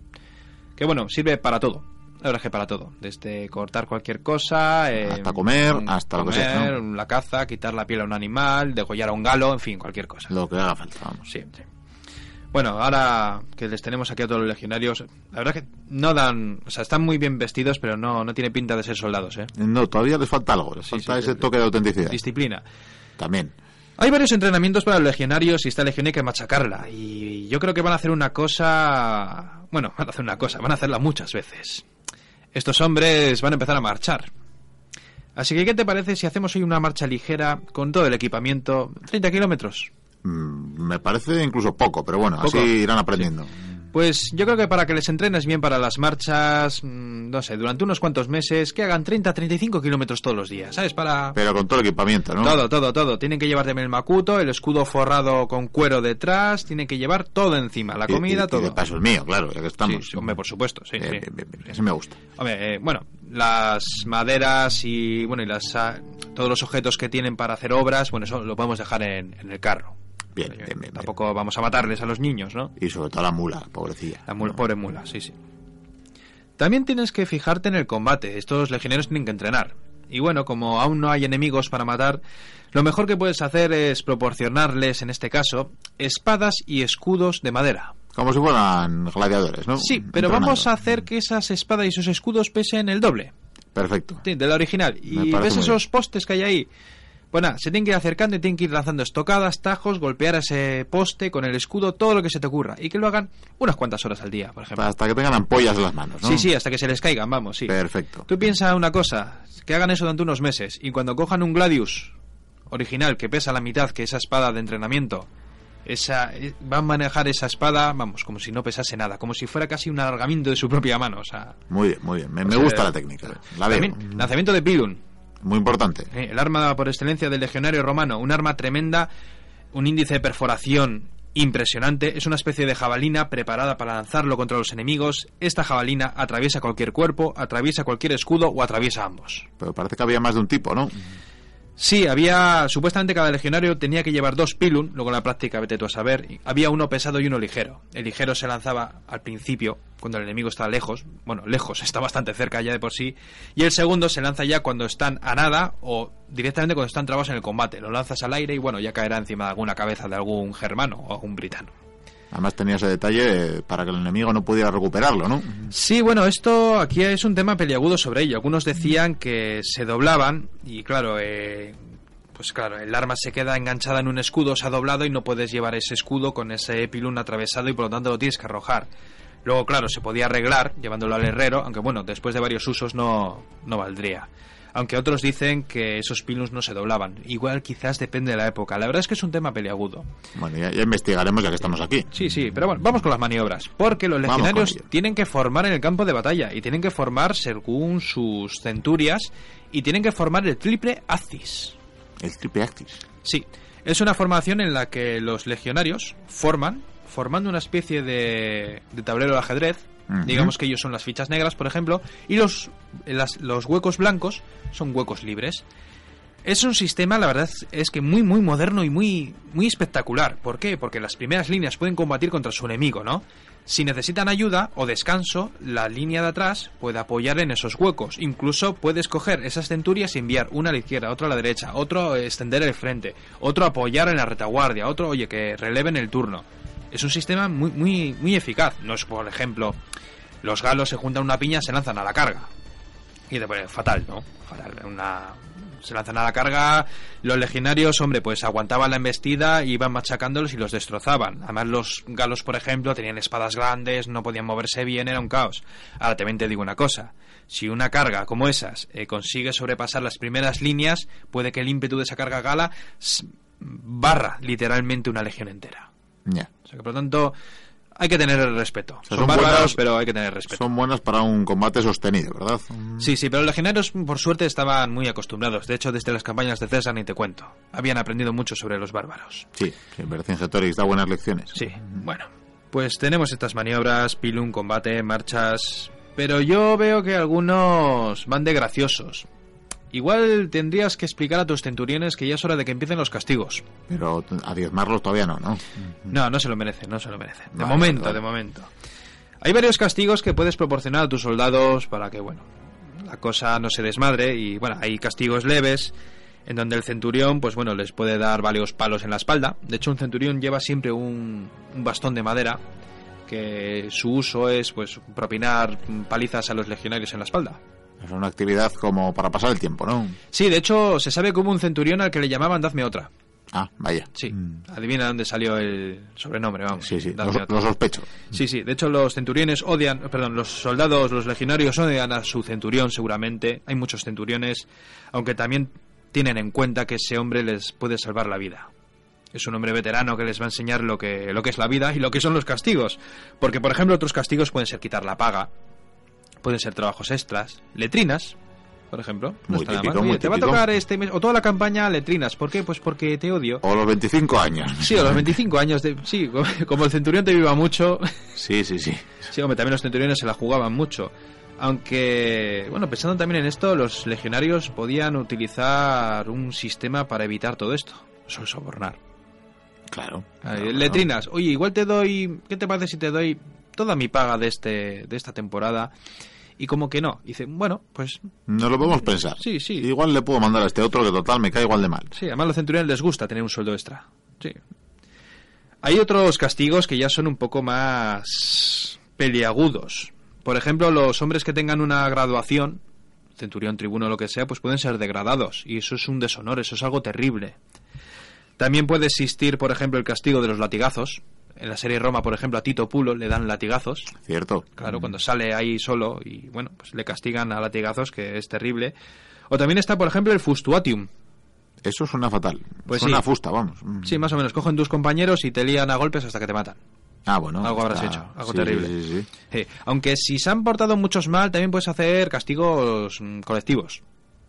[SPEAKER 2] Que bueno, sirve para todo. La verdad es que para todo. Desde cortar cualquier cosa... eh,
[SPEAKER 1] Hasta comer, hasta lo que sea,
[SPEAKER 2] comer, La caza, quitar la piel a un animal, degollar a un galo, en fin, cualquier cosa.
[SPEAKER 1] Lo que haga falta, vamos.
[SPEAKER 2] Sí, sí. Bueno, ahora que les tenemos aquí a todos los legionarios, la verdad que no dan, o sea, están muy bien vestidos, pero no, no tiene pinta de ser soldados, ¿eh?
[SPEAKER 1] No, todavía les falta algo, les
[SPEAKER 2] Sí,
[SPEAKER 1] falta
[SPEAKER 2] sí,
[SPEAKER 1] ese
[SPEAKER 2] sí.
[SPEAKER 1] toque de autenticidad.
[SPEAKER 2] Disciplina.
[SPEAKER 1] También.
[SPEAKER 2] Hay varios entrenamientos para los legionarios y esta legión hay que machacarla. Y yo creo que van a hacer una cosa... Bueno, van a hacer una cosa, van a hacerla muchas veces. Estos hombres van a empezar a marchar. Así que, ¿qué te parece si hacemos hoy una marcha ligera con todo el equipamiento? 30 kilómetros.
[SPEAKER 1] Mm, Me parece incluso poco, pero bueno, así
[SPEAKER 2] Poco.
[SPEAKER 1] irán aprendiendo.
[SPEAKER 2] Pues yo creo que para que les entrenes bien para las marchas, mm, no sé, durante unos cuantos meses, que hagan 30-35 kilómetros todos los días, ¿sabes? Para...
[SPEAKER 1] Pero con todo el equipamiento, ¿no?
[SPEAKER 2] Todo, todo, todo. Tienen que llevar también el macuto, el escudo forrado con cuero detrás, tienen que llevar todo encima, la
[SPEAKER 1] Y-
[SPEAKER 2] comida,
[SPEAKER 1] y- y
[SPEAKER 2] todo.
[SPEAKER 1] de paso el mío, claro, ya que
[SPEAKER 2] Sí,
[SPEAKER 1] estamos.
[SPEAKER 2] sí, hombre, por supuesto, sí,
[SPEAKER 1] Eh,
[SPEAKER 2] sí.
[SPEAKER 1] bien, bien, bien, ese me gusta.
[SPEAKER 2] Hombre, eh, bueno, las maderas y bueno y las ah, todos los objetos que tienen para hacer obras, bueno, eso lo podemos dejar en, en el carro.
[SPEAKER 1] Bien,
[SPEAKER 2] Eh,
[SPEAKER 1] bien, bien, bien.
[SPEAKER 2] Tampoco vamos a matarles a los niños, ¿no?
[SPEAKER 1] Y sobre todo la mula, pobrecilla.
[SPEAKER 2] La mula, pobre mula, sí, sí. También tienes que fijarte en el combate. Estos legioneros tienen que entrenar. Y bueno, como aún no hay enemigos para matar, lo mejor que puedes hacer es proporcionarles, en este caso, espadas y escudos de madera.
[SPEAKER 1] Como si fueran gladiadores, ¿no?
[SPEAKER 2] Sí, pero
[SPEAKER 1] Entrenando.
[SPEAKER 2] vamos a hacer que esas espadas y esos escudos pesen el doble.
[SPEAKER 1] Perfecto.
[SPEAKER 2] Sí, de la original.
[SPEAKER 1] Me
[SPEAKER 2] Y
[SPEAKER 1] parece
[SPEAKER 2] ves
[SPEAKER 1] muy
[SPEAKER 2] esos postes que hay ahí. Bueno, se tienen que ir acercando y tienen que ir lanzando estocadas, tajos, golpear a ese poste con el escudo, todo lo que se te ocurra. Y que lo hagan unas cuantas horas al día, por ejemplo.
[SPEAKER 1] Hasta que tengan ampollas en las manos, ¿no?
[SPEAKER 2] Sí, sí, hasta que se les caigan, vamos, sí.
[SPEAKER 1] Perfecto.
[SPEAKER 2] Tú piensa una cosa, que hagan eso durante unos meses y cuando cojan un Gladius original que pesa la mitad que esa espada de entrenamiento, esa eh, van a manejar esa espada, vamos, como si no pesase nada, como si fuera casi un alargamiento de su propia mano, o sea,
[SPEAKER 1] Muy bien, muy bien. Me, me
[SPEAKER 2] sea,
[SPEAKER 1] gusta la técnica. La veo.
[SPEAKER 2] también lanzamiento de Pilum,
[SPEAKER 1] Muy importante.
[SPEAKER 2] eh, el arma por excelencia del legionario romano, un arma tremenda, un índice de perforación impresionante, es una especie de jabalina preparada para lanzarlo contra los enemigos. Esta jabalina atraviesa cualquier cuerpo, atraviesa cualquier escudo o atraviesa ambos.
[SPEAKER 1] Pero parece que había más de un tipo, ¿no?
[SPEAKER 2] Sí, había. Supuestamente cada legionario tenía que llevar dos pilum, luego en la práctica, vete tú a saber. y Había uno pesado y uno ligero. El ligero se lanzaba al principio, cuando el enemigo está lejos. Bueno, lejos, está bastante cerca ya de por sí. Y el segundo se lanza ya cuando están a nada o directamente cuando están trabados en el combate. Lo lanzas al aire y bueno, ya caerá encima de alguna cabeza de algún germano o algún britano.
[SPEAKER 1] Además tenía ese detalle eh, para que el enemigo no pudiera recuperarlo, ¿no?
[SPEAKER 2] Sí, bueno, esto aquí es un tema peliagudo sobre ello. Algunos decían que se doblaban y claro, eh, pues claro, el arma se queda enganchada en un escudo, se ha doblado y no puedes llevar ese escudo con ese pilón atravesado y por lo tanto lo tienes que arrojar. Luego, claro, se podía arreglar llevándolo al herrero, aunque bueno, después de varios usos no, no valdría. Aunque otros dicen que esos pilons no se doblaban. Igual quizás depende de la época. La verdad es que es un tema peliagudo.
[SPEAKER 1] Bueno, ya, ya investigaremos ya que estamos aquí.
[SPEAKER 2] Sí, sí, pero bueno, vamos con las maniobras. Porque los
[SPEAKER 1] Vamos con
[SPEAKER 2] legionarios
[SPEAKER 1] ello.
[SPEAKER 2] tienen que formar en el campo de batalla y tienen que formar según sus centurias y tienen que formar el triple axis.
[SPEAKER 1] El triple axis.
[SPEAKER 2] Sí, es una formación en la que los legionarios forman, formando una especie de, de tablero de ajedrez.
[SPEAKER 1] Ujú.
[SPEAKER 2] Digamos que ellos son las fichas negras, por ejemplo, y los, las- los huecos blancos son huecos libres. Es un sistema, la verdad, es que muy, muy moderno y muy, muy espectacular. ¿Por qué? Porque las primeras líneas pueden combatir contra su enemigo, ¿no? Si necesitan ayuda o descanso, la línea de atrás puede apoyar en esos huecos. Incluso puedes coger esas centurias y enviar una a la izquierda, otra a la derecha, otro eh, extender el frente, otro apoyar en la retaguardia, otro, oye, que releven el turno. Es un sistema muy, muy, muy eficaz. No es, por ejemplo, los galos se juntan una piña, se lanzan a la carga. Y te pone fatal, ¿no? Fatal. Una... Se lanzan a la carga. Los legionarios, hombre, pues aguantaban la embestida, iban machacándolos y los destrozaban. Además, los galos, por ejemplo, tenían espadas grandes, no podían moverse bien, era un caos. Ahora también te digo una cosa. Si una carga como esas eh, consigue sobrepasar las primeras líneas, puede que el ímpetu de esa carga gala s- barra literalmente una legión entera.
[SPEAKER 1] Ya.
[SPEAKER 2] O sea que, por lo tanto, hay que tener el respeto.
[SPEAKER 1] sea,
[SPEAKER 2] son
[SPEAKER 1] son
[SPEAKER 2] bárbaros,
[SPEAKER 1] buenas-
[SPEAKER 2] pero hay que tener respeto.
[SPEAKER 1] Son buenas para un combate sostenido, ¿verdad?
[SPEAKER 2] Sí, sí, pero los legionarios, por suerte, estaban muy acostumbrados. De hecho, desde las campañas de César, ni te cuento. Habían aprendido mucho sobre los bárbaros.
[SPEAKER 1] Sí, sí Vercingetorix da buenas lecciones.
[SPEAKER 2] Sí, bueno. Pues tenemos estas maniobras, pilum, combate, marchas... Pero yo veo que algunos van de graciosos. Igual tendrías que explicar a tus centuriones que ya es hora de que empiecen los castigos.
[SPEAKER 1] Pero a diezmarlos todavía no, ¿no?
[SPEAKER 2] No, no se lo merece, no se lo merece. De
[SPEAKER 1] Vale,
[SPEAKER 2] momento,
[SPEAKER 1] vale.
[SPEAKER 2] de momento. Hay varios castigos que puedes proporcionar a tus soldados para que, bueno, la cosa no se desmadre y, bueno, hay castigos leves en donde el centurión, pues bueno, les puede dar varios palos en la espalda. De hecho, un centurión lleva siempre un, un bastón de madera que su uso es, pues, propinar mm, palizas a los legionarios en la espalda.
[SPEAKER 1] Es una actividad como para pasar el tiempo, ¿no?
[SPEAKER 2] Sí, de hecho, se sabe como un centurión al que le llamaban Dadme otra.
[SPEAKER 1] Ah, vaya.
[SPEAKER 2] Sí,
[SPEAKER 1] Mm.
[SPEAKER 2] adivina dónde salió el sobrenombre, vamos.
[SPEAKER 1] Sí, sí,
[SPEAKER 2] Darth
[SPEAKER 1] lo,
[SPEAKER 2] Vader.
[SPEAKER 1] lo sospecho.
[SPEAKER 2] Sí, sí. De hecho, los centuriones odian, perdón, los soldados, los legionarios odian a su centurión seguramente. Hay muchos centuriones, aunque también tienen en cuenta que ese hombre les puede salvar la vida. Es un hombre veterano que les va a enseñar lo que, lo que es la vida y lo que son los castigos. Porque, por ejemplo, otros castigos pueden ser quitar la paga, pueden ser trabajos extras, letrinas, por ejemplo.
[SPEAKER 1] Muy
[SPEAKER 2] No está nada
[SPEAKER 1] típico,
[SPEAKER 2] mal.
[SPEAKER 1] muy
[SPEAKER 2] Oye, te va a
[SPEAKER 1] típico.
[SPEAKER 2] tocar este mes, o toda la campaña, letrinas. ¿Por qué? Pues porque te odio.
[SPEAKER 1] O los 25 años.
[SPEAKER 2] Sí, a los 25 años, de, sí, como- como el centurión te viva mucho,
[SPEAKER 1] Sí, sí, sí.
[SPEAKER 2] Sí, hombre, también los centuriones se la jugaban mucho. Aunque, bueno, pensando también en esto, los legionarios podían utilizar un sistema para evitar todo esto. Eso es sobornar.
[SPEAKER 1] Claro.
[SPEAKER 2] Eh,
[SPEAKER 1] Claro,
[SPEAKER 2] Letrinas, oye, igual te doy, ¿qué te parece si te doy toda mi paga de, este, de esta temporada? Y como que no. Dice, bueno, pues
[SPEAKER 1] claro. No lo podemos pensar.
[SPEAKER 2] Sí, sí.
[SPEAKER 1] Igual le puedo mandar a este otro que total me cae igual de mal.
[SPEAKER 2] Sí, además a los centuriones les gusta tener un sueldo extra. Sí. Hay otros castigos que ya son un poco más peliagudos. Por ejemplo, los hombres que tengan una graduación, centurión, tribuno, lo que sea, pues pueden ser degradados. Y eso es un deshonor, eso es algo terrible. También puede existir, por ejemplo, el castigo de los latigazos. En la serie Roma, por ejemplo, a Tito Pulo le dan latigazos.
[SPEAKER 1] ¿Cierto?
[SPEAKER 2] Claro, cuando sale ahí solo y bueno, pues le castigan a latigazos, que es terrible. O también está, por ejemplo, el fustuatium,
[SPEAKER 1] Eso suena fatal.
[SPEAKER 2] Pues
[SPEAKER 1] suena
[SPEAKER 2] sí.
[SPEAKER 1] a fusta, vamos. Mm.
[SPEAKER 2] Sí, más o menos. Cogen tus compañeros y te lían a golpes hasta que te matan.
[SPEAKER 1] Ah, bueno.
[SPEAKER 2] Algo habrás
[SPEAKER 1] está-
[SPEAKER 2] hecho, algo
[SPEAKER 1] sí,
[SPEAKER 2] terrible.
[SPEAKER 1] Sí, sí, sí.
[SPEAKER 2] Eh, aunque si se han portado muchos mal, también puedes hacer castigos mm, colectivos.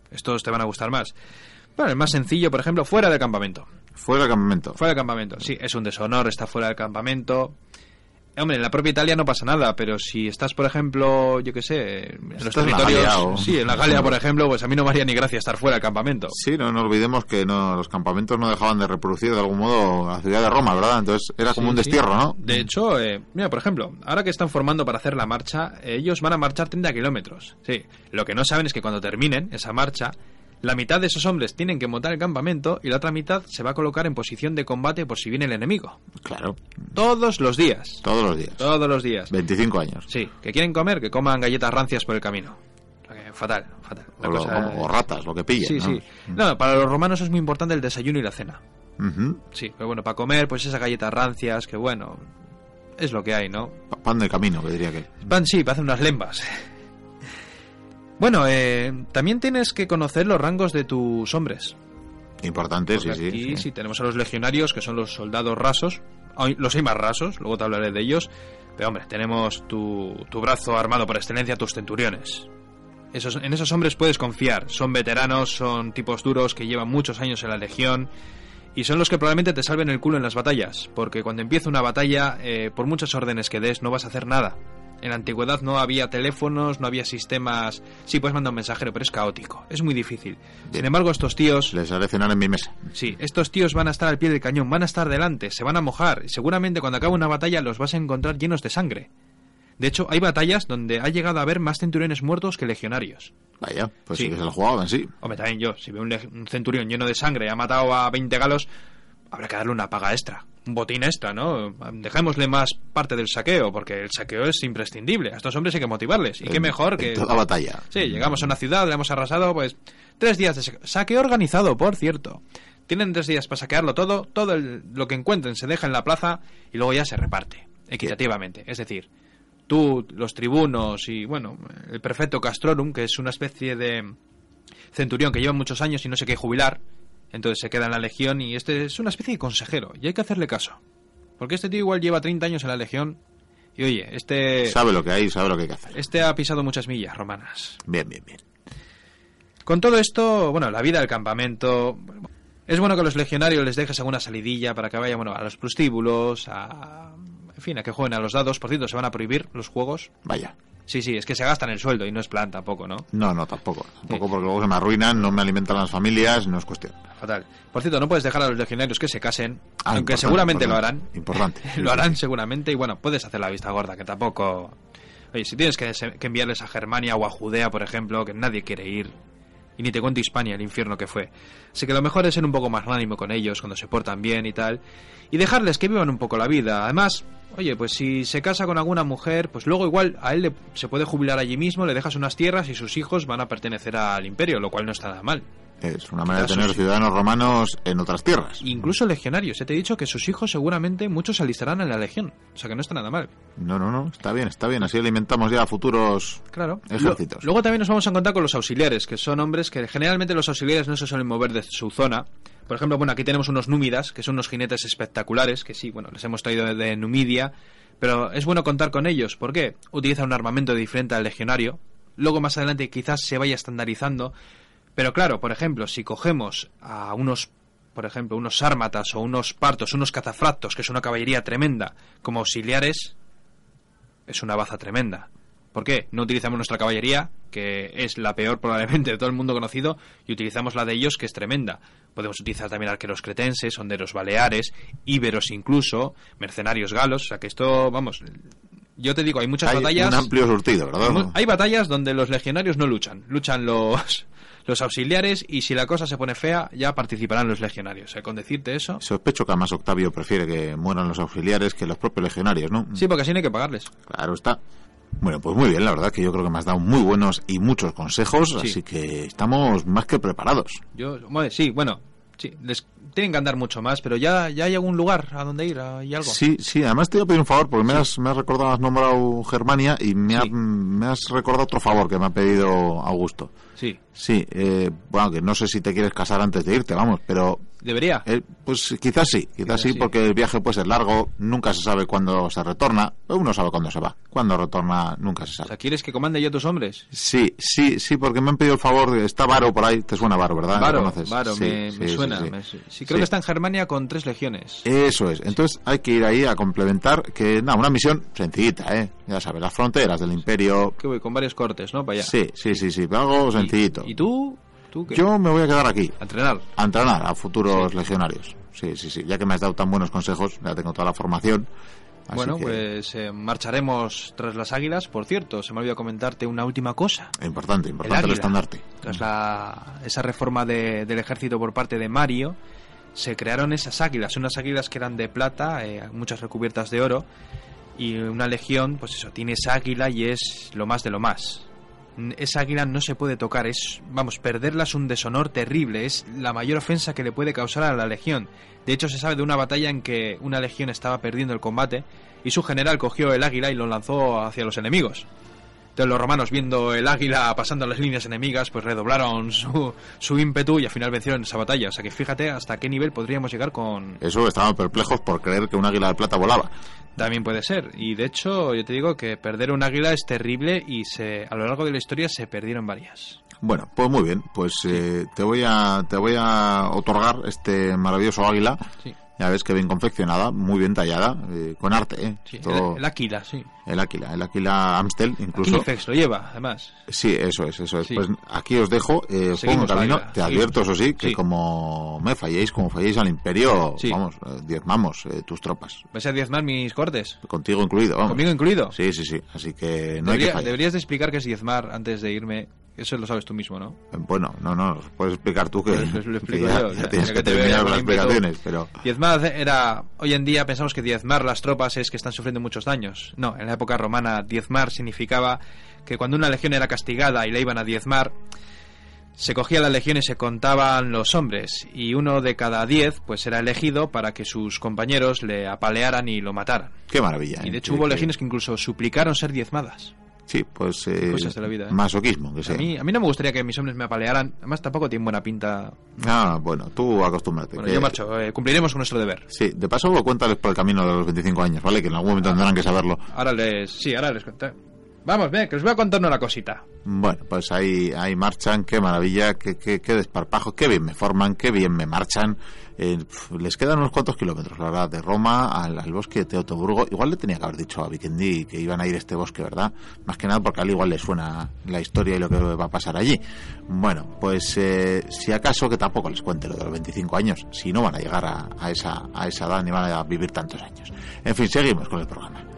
[SPEAKER 2] Estos te van a gustar más. Bueno, el más sencillo, por ejemplo, fuera del campamento.
[SPEAKER 1] Fuera del campamento.
[SPEAKER 2] Fuera del campamento. Sí, es un deshonor, está fuera del campamento. Hombre, en la propia Italia no pasa nada, pero si estás, por ejemplo, yo qué sé, en los
[SPEAKER 1] Estás en la
[SPEAKER 2] territorios.
[SPEAKER 1] Galia o-
[SPEAKER 2] Sí, en la Galia, por ejemplo, pues a mí no me haría ni gracia estar fuera del campamento.
[SPEAKER 1] Sí, no, no olvidemos que no, los campamentos no dejaban de reproducir de algún modo la ciudad de Roma, ¿verdad? Entonces era como
[SPEAKER 2] Sí,
[SPEAKER 1] un
[SPEAKER 2] sí.
[SPEAKER 1] destierro, ¿no?
[SPEAKER 2] De hecho, eh, mira, por ejemplo, ahora que están formando para hacer la marcha, ellos van a marchar 30 kilómetros. Sí, lo que no saben es que cuando terminen esa marcha, la mitad de esos hombres tienen que montar el campamento y la otra mitad se va a colocar en posición de combate por si viene el enemigo.
[SPEAKER 1] Claro,
[SPEAKER 2] Todos los días.
[SPEAKER 1] todos los días.
[SPEAKER 2] Todos los días.
[SPEAKER 1] 25 años.
[SPEAKER 2] Sí, que quieren comer, que coman galletas rancias por el camino. Eh, Fatal, fatal. Una
[SPEAKER 1] O, lo-
[SPEAKER 2] cosa-
[SPEAKER 1] o- o ratas, lo que pillen.
[SPEAKER 2] sí,
[SPEAKER 1] ¿no?
[SPEAKER 2] sí. No, para los romanos es muy importante el desayuno y la cena.
[SPEAKER 1] Ujú.
[SPEAKER 2] Sí, pero bueno, para comer, pues esas galletas rancias, que bueno, es lo que hay, ¿no?
[SPEAKER 1] Pa- Pan de camino, que diría que.
[SPEAKER 2] Van, sí, para hacer unas lembas. Bueno, eh, también tienes que conocer los rangos de tus hombres.
[SPEAKER 1] Importante, sí,
[SPEAKER 2] Porque
[SPEAKER 1] sí.
[SPEAKER 2] aquí
[SPEAKER 1] sí.
[SPEAKER 2] sí tenemos a los legionarios, que son los soldados rasos. Hay- Los hay más rasos, luego te hablaré de ellos. Pero hombre, tenemos tu, tu brazo armado por excelencia, tus centuriones. Esos, en esos hombres puedes confiar. Son veteranos, son tipos duros que llevan muchos años en la legión. Y son los que probablemente te salven el culo en las batallas. Porque cuando empieza una batalla, eh, por muchas órdenes que des, no vas a hacer nada. En la antigüedad no había teléfonos, no había sistemas. Sí, puedes mandar un mensajero, pero es caótico. Es muy difícil. Sin
[SPEAKER 1] Bien.
[SPEAKER 2] embargo, estos tíos.
[SPEAKER 1] Les haré cenar en mi mesa.
[SPEAKER 2] Sí, estos tíos van a estar al pie del cañón, van a estar delante, se van a mojar. y Seguramente cuando acabe una batalla los vas a encontrar llenos de sangre. De hecho, hay batallas donde ha llegado a haber más centuriones muertos que legionarios.
[SPEAKER 1] Vaya, pues sí,
[SPEAKER 2] Sí.
[SPEAKER 1] que se lo jugaban, sí.
[SPEAKER 2] Hombre, también yo, si veo un, leg- un centurión lleno de sangre y ha matado a 20 galos, habrá que darle una paga extra, un botín extra, ¿no? Dejémosle más parte del saqueo, porque el saqueo es imprescindible. A estos hombres hay que motivarles. Y qué
[SPEAKER 1] En-
[SPEAKER 2] mejor
[SPEAKER 1] en
[SPEAKER 2] que...
[SPEAKER 1] toda batalla.
[SPEAKER 2] Sí, llegamos a una ciudad, la hemos arrasado, pues tres días de sa- saqueo organizado, por cierto. Tienen tres días para saquearlo todo, todo el- lo que encuentren se deja en la plaza y luego ya se reparte, equitativamente. Es decir, tú, los tribunos y, bueno, el prefecto Castrorum, que es una especie de centurión que lleva muchos años y no se quiere jubilar, entonces se queda en la legión y este es una especie de consejero y hay que hacerle caso. Porque este tío igual lleva 30 años en la legión y, oye, este...
[SPEAKER 1] Sabe lo que hay, sabe lo que hay que hacer.
[SPEAKER 2] Este ha pisado muchas millas romanas.
[SPEAKER 1] Bien, bien, bien.
[SPEAKER 2] Con todo esto, bueno, la vida del campamento. Es bueno que a los legionarios les dejes alguna salidilla para que vayan, bueno, a los prostíbulos, a. En fin, a que jueguen a los dados. Por cierto, se van a prohibir los juegos.
[SPEAKER 1] Vaya.
[SPEAKER 2] Sí, sí, es que se gastan el sueldo y no es plan tampoco, ¿no?
[SPEAKER 1] No, no, tampoco. Tampoco porque luego se me arruinan, no me alimentan las familias, no es cuestión.
[SPEAKER 2] Fatal. Por cierto, no puedes dejar a los legionarios que se casen,
[SPEAKER 1] Ah,
[SPEAKER 2] aunque
[SPEAKER 1] importante,
[SPEAKER 2] seguramente
[SPEAKER 1] importante,
[SPEAKER 2] lo harán.
[SPEAKER 1] Importante. Sí,
[SPEAKER 2] lo
[SPEAKER 1] sí,
[SPEAKER 2] harán
[SPEAKER 1] sí.
[SPEAKER 2] seguramente y bueno, puedes hacer la vista gorda, que tampoco... Oye, si tienes que, se- que enviarles a Germania o a Judea, por ejemplo, que nadie quiere ir, y ni te cuento Hispania, el infierno que fue. Así que lo mejor es ser un poco más ánimo con ellos cuando se portan bien y tal, y dejarles que vivan un poco la vida. Además, oye, pues si se casa con alguna mujer, pues luego igual a él le- se puede jubilar allí mismo, le dejas unas tierras y sus hijos van a pertenecer al imperio, lo cual no está nada mal.
[SPEAKER 1] Es una manera de tener ciudadanos romanos en otras tierras.
[SPEAKER 2] Incluso legionarios. Ya te he dicho que sus hijos seguramente muchos se alistarán en la legión. O sea que no está nada mal.
[SPEAKER 1] No, no, no. Está bien, está bien. Así alimentamos ya futuros
[SPEAKER 2] Claro.
[SPEAKER 1] ejércitos.
[SPEAKER 2] Lo- luego también nos vamos a encontrar con los auxiliares, que son hombres que generalmente los auxiliares no se suelen mover de su zona. Por ejemplo, bueno, aquí tenemos unos númidas, que son unos jinetes espectaculares, que sí, bueno, les hemos traído de, de Numidia, pero es bueno contar con ellos. ¿Por qué? Utilizan un armamento diferente al legionario. Luego más adelante quizás se vaya estandarizando. Pero claro, por ejemplo, si cogemos a unos, por ejemplo, unos sármatas o unos partos, unos cazafractos, que es una caballería tremenda, como auxiliares, es una baza tremenda. ¿Por qué? No utilizamos nuestra caballería, que es la peor probablemente de todo el mundo conocido, y utilizamos la de ellos, que es tremenda. Podemos utilizar también arqueros cretenses, honderos baleares, íberos incluso, mercenarios galos, o sea que esto, vamos, yo te digo, hay muchas
[SPEAKER 1] Hay
[SPEAKER 2] batallas...
[SPEAKER 1] un amplio surtido, ¿verdad?
[SPEAKER 2] Mu- Hay batallas donde los legionarios no luchan, luchan los, los auxiliares y si la cosa se pone fea ya participarán los legionarios. Eh, Con decirte eso...
[SPEAKER 1] Sospecho que además Octavio prefiere que mueran los auxiliares que los propios legionarios, ¿no?
[SPEAKER 2] Sí, porque así no hay que pagarles.
[SPEAKER 1] Claro está. Bueno, pues muy bien, la verdad que yo creo que me has dado muy buenos y muchos consejos,
[SPEAKER 2] Sí.
[SPEAKER 1] así que estamos más que preparados.
[SPEAKER 2] Yo, hombre, sí, bueno, sí, les tienen que andar mucho más, pero ya, ya hay algún lugar a donde ir ah, y algo.
[SPEAKER 1] Sí, sí, además te voy a pedir un favor, porque me, has, me has recordado, has nombrado Germania y me, ha-
[SPEAKER 2] Sí.
[SPEAKER 1] me has recordado otro favor que me ha pedido Augusto.
[SPEAKER 2] Sí,
[SPEAKER 1] Sí, eh, bueno, que no sé si te quieres casar antes de irte, vamos, pero
[SPEAKER 2] debería.
[SPEAKER 1] eh, pues quizás sí, quizás
[SPEAKER 2] Quizás
[SPEAKER 1] sí,
[SPEAKER 2] sí.
[SPEAKER 1] porque el viaje puede ser largo, nunca se sabe cuándo se retorna, uno sabe cuándo se va, cuándo retorna nunca se
[SPEAKER 2] O
[SPEAKER 1] sabe.
[SPEAKER 2] sea, ¿quieres que comande yo a tus hombres?
[SPEAKER 1] Sí, sí, sí, porque me han pedido el favor. de- Está Varo por ahí, te suena Varo, ¿verdad? Ah, ¿Lo
[SPEAKER 2] Varo,
[SPEAKER 1] conoces?
[SPEAKER 2] Varo,
[SPEAKER 1] Sí,
[SPEAKER 2] me,
[SPEAKER 1] sí,
[SPEAKER 2] me
[SPEAKER 1] sí,
[SPEAKER 2] suena.
[SPEAKER 1] sí.
[SPEAKER 2] me su- sí, creo
[SPEAKER 1] Sí. Eh.
[SPEAKER 2] que está en Germania con tres legiones.
[SPEAKER 1] Eso es. Entonces hay que ir ahí a complementar que, nada, una misión sencillita, ¿eh? Ya sabes, las fronteras del imperio.
[SPEAKER 2] Que voy con varios cortes, ¿no? Para allá.
[SPEAKER 1] Sí, sí, sí, sí, pero algo sencillito.
[SPEAKER 2] ¿Y tú? ¿Tú qué?
[SPEAKER 1] Yo me voy a quedar aquí,
[SPEAKER 2] A entrenar.
[SPEAKER 1] a entrenar a futuros legionarios. Sí, sí, sí, ya que me has dado tan buenos consejos, ya tengo toda la formación. así
[SPEAKER 2] bueno,
[SPEAKER 1] que-
[SPEAKER 2] pues eh, marcharemos tras las águilas. Por cierto, se me olvidó comentarte una última cosa.
[SPEAKER 1] Importante, importante el,
[SPEAKER 2] águila.
[SPEAKER 1] estandarte.
[SPEAKER 2] Tras la- esa reforma de- del ejército por parte de Mario, se crearon esas águilas, unas águilas que eran de plata, eh, muchas recubiertas de oro, y una legión, pues eso, tiene esa águila y es lo más de lo más. N- Esa águila no se puede tocar, es, vamos, perderla es un deshonor terrible, es la mayor ofensa que le puede causar a la legión. De hecho, se sabe de una batalla en que una legión estaba perdiendo el combate y su general cogió el águila y lo lanzó hacia los enemigos. Entonces los romanos, viendo el águila pasando las líneas enemigas, pues redoblaron su, su ímpetu y al final vencieron esa batalla. O sea que fíjate hasta qué nivel podríamos llegar con...
[SPEAKER 1] Eso estaban perplejos por creer que un águila de plata volaba.
[SPEAKER 2] También puede ser. Y de hecho, yo te digo que perder un águila es terrible y se, a lo largo de la historia se perdieron varias.
[SPEAKER 1] Bueno, pues muy bien, pues eh, te voy a te voy a otorgar este maravilloso águila.
[SPEAKER 2] Sí,
[SPEAKER 1] Ya ves que bien confeccionada, muy bien tallada, eh, con arte, ¿eh?
[SPEAKER 2] sí.
[SPEAKER 1] Todo-
[SPEAKER 2] El, el águila, sí.
[SPEAKER 1] el águila, el águila Amstel, incluso.
[SPEAKER 2] Kilifex lo lleva, además.
[SPEAKER 1] Sí, eso es, eso es.
[SPEAKER 2] Sí.
[SPEAKER 1] Pues aquí os dejo, eh, os pongo
[SPEAKER 2] Seguimos
[SPEAKER 1] en camino.
[SPEAKER 2] la águila,
[SPEAKER 1] Te
[SPEAKER 2] seguimos.
[SPEAKER 1] advierto, eso sí, que
[SPEAKER 2] Sí.
[SPEAKER 1] como me falléis, como falléis al imperio,
[SPEAKER 2] Sí.
[SPEAKER 1] vamos, eh, diezmamos eh, tus tropas.
[SPEAKER 2] ¿Vais a diezmar mis cortes?
[SPEAKER 1] Contigo incluido, vamos.
[SPEAKER 2] ¿Conmigo incluido?
[SPEAKER 1] Sí, sí, sí. Así que no hay que
[SPEAKER 2] Debería-
[SPEAKER 1] fallar.
[SPEAKER 2] deberías de explicar qué es diezmar antes de irme. Eso lo sabes tú mismo, ¿no?
[SPEAKER 1] Bueno, no, no, os puedes explicar tú que,
[SPEAKER 2] Pues, pues, lo
[SPEAKER 1] que
[SPEAKER 2] explico
[SPEAKER 1] ya,
[SPEAKER 2] yo,
[SPEAKER 1] ya
[SPEAKER 2] ya,
[SPEAKER 1] tienes
[SPEAKER 2] ya
[SPEAKER 1] que,
[SPEAKER 2] que te veo
[SPEAKER 1] terminar
[SPEAKER 2] ya
[SPEAKER 1] las
[SPEAKER 2] con ímpetu.
[SPEAKER 1] explicaciones, pero...
[SPEAKER 2] Diezmar era. Hoy en día pensamos que diezmar las tropas es que están sufriendo muchos daños. No, en la época romana diezmar significaba que cuando una legión era castigada y la iban a diezmar, se cogía la legión y se contaban los hombres, y uno de cada diez pues era elegido para que sus compañeros le apalearan y lo mataran.
[SPEAKER 1] Qué maravilla.
[SPEAKER 2] Y
[SPEAKER 1] ¿eh?
[SPEAKER 2] de hecho
[SPEAKER 1] Que-
[SPEAKER 2] hubo
[SPEAKER 1] que-
[SPEAKER 2] legiones que incluso suplicaron ser diezmadas.
[SPEAKER 1] Sí, pues. eh,
[SPEAKER 2] Cosas de la vida, ¿eh?
[SPEAKER 1] Masoquismo, que
[SPEAKER 2] A,
[SPEAKER 1] sea.
[SPEAKER 2] mí, a mí no me gustaría que mis hombres me apalearan, además tampoco tienen buena pinta.
[SPEAKER 1] Ah, bueno, tú acostúmbrate.
[SPEAKER 2] Bueno,
[SPEAKER 1] que-
[SPEAKER 2] yo marcho, eh, cumpliremos con nuestro deber.
[SPEAKER 1] Sí, de paso, cuéntales por el camino de los 25 años, ¿vale? Que en algún momento tendrán que saberlo.
[SPEAKER 2] Ahora les. Sí, ahora les conté. Vamos, ven, que os voy a contar una cosita.
[SPEAKER 1] Bueno, pues ahí, ahí marchan, qué maravilla, qué, qué, qué desparpajo, qué bien me forman, qué bien me marchan. Eh, pf, les quedan unos cuantos kilómetros, la verdad, de Roma al, al bosque de Teotoburgo. Igual le tenía que haber dicho a Vikendi que iban a ir a este bosque, ¿verdad? Más que nada porque al igual le suena la historia y lo que va a pasar allí. Bueno, pues eh, si acaso que tampoco les cuente lo de los 25 años, si no van a llegar a, a esa, a esa edad ni van a vivir tantos años. En fin, seguimos con el programa.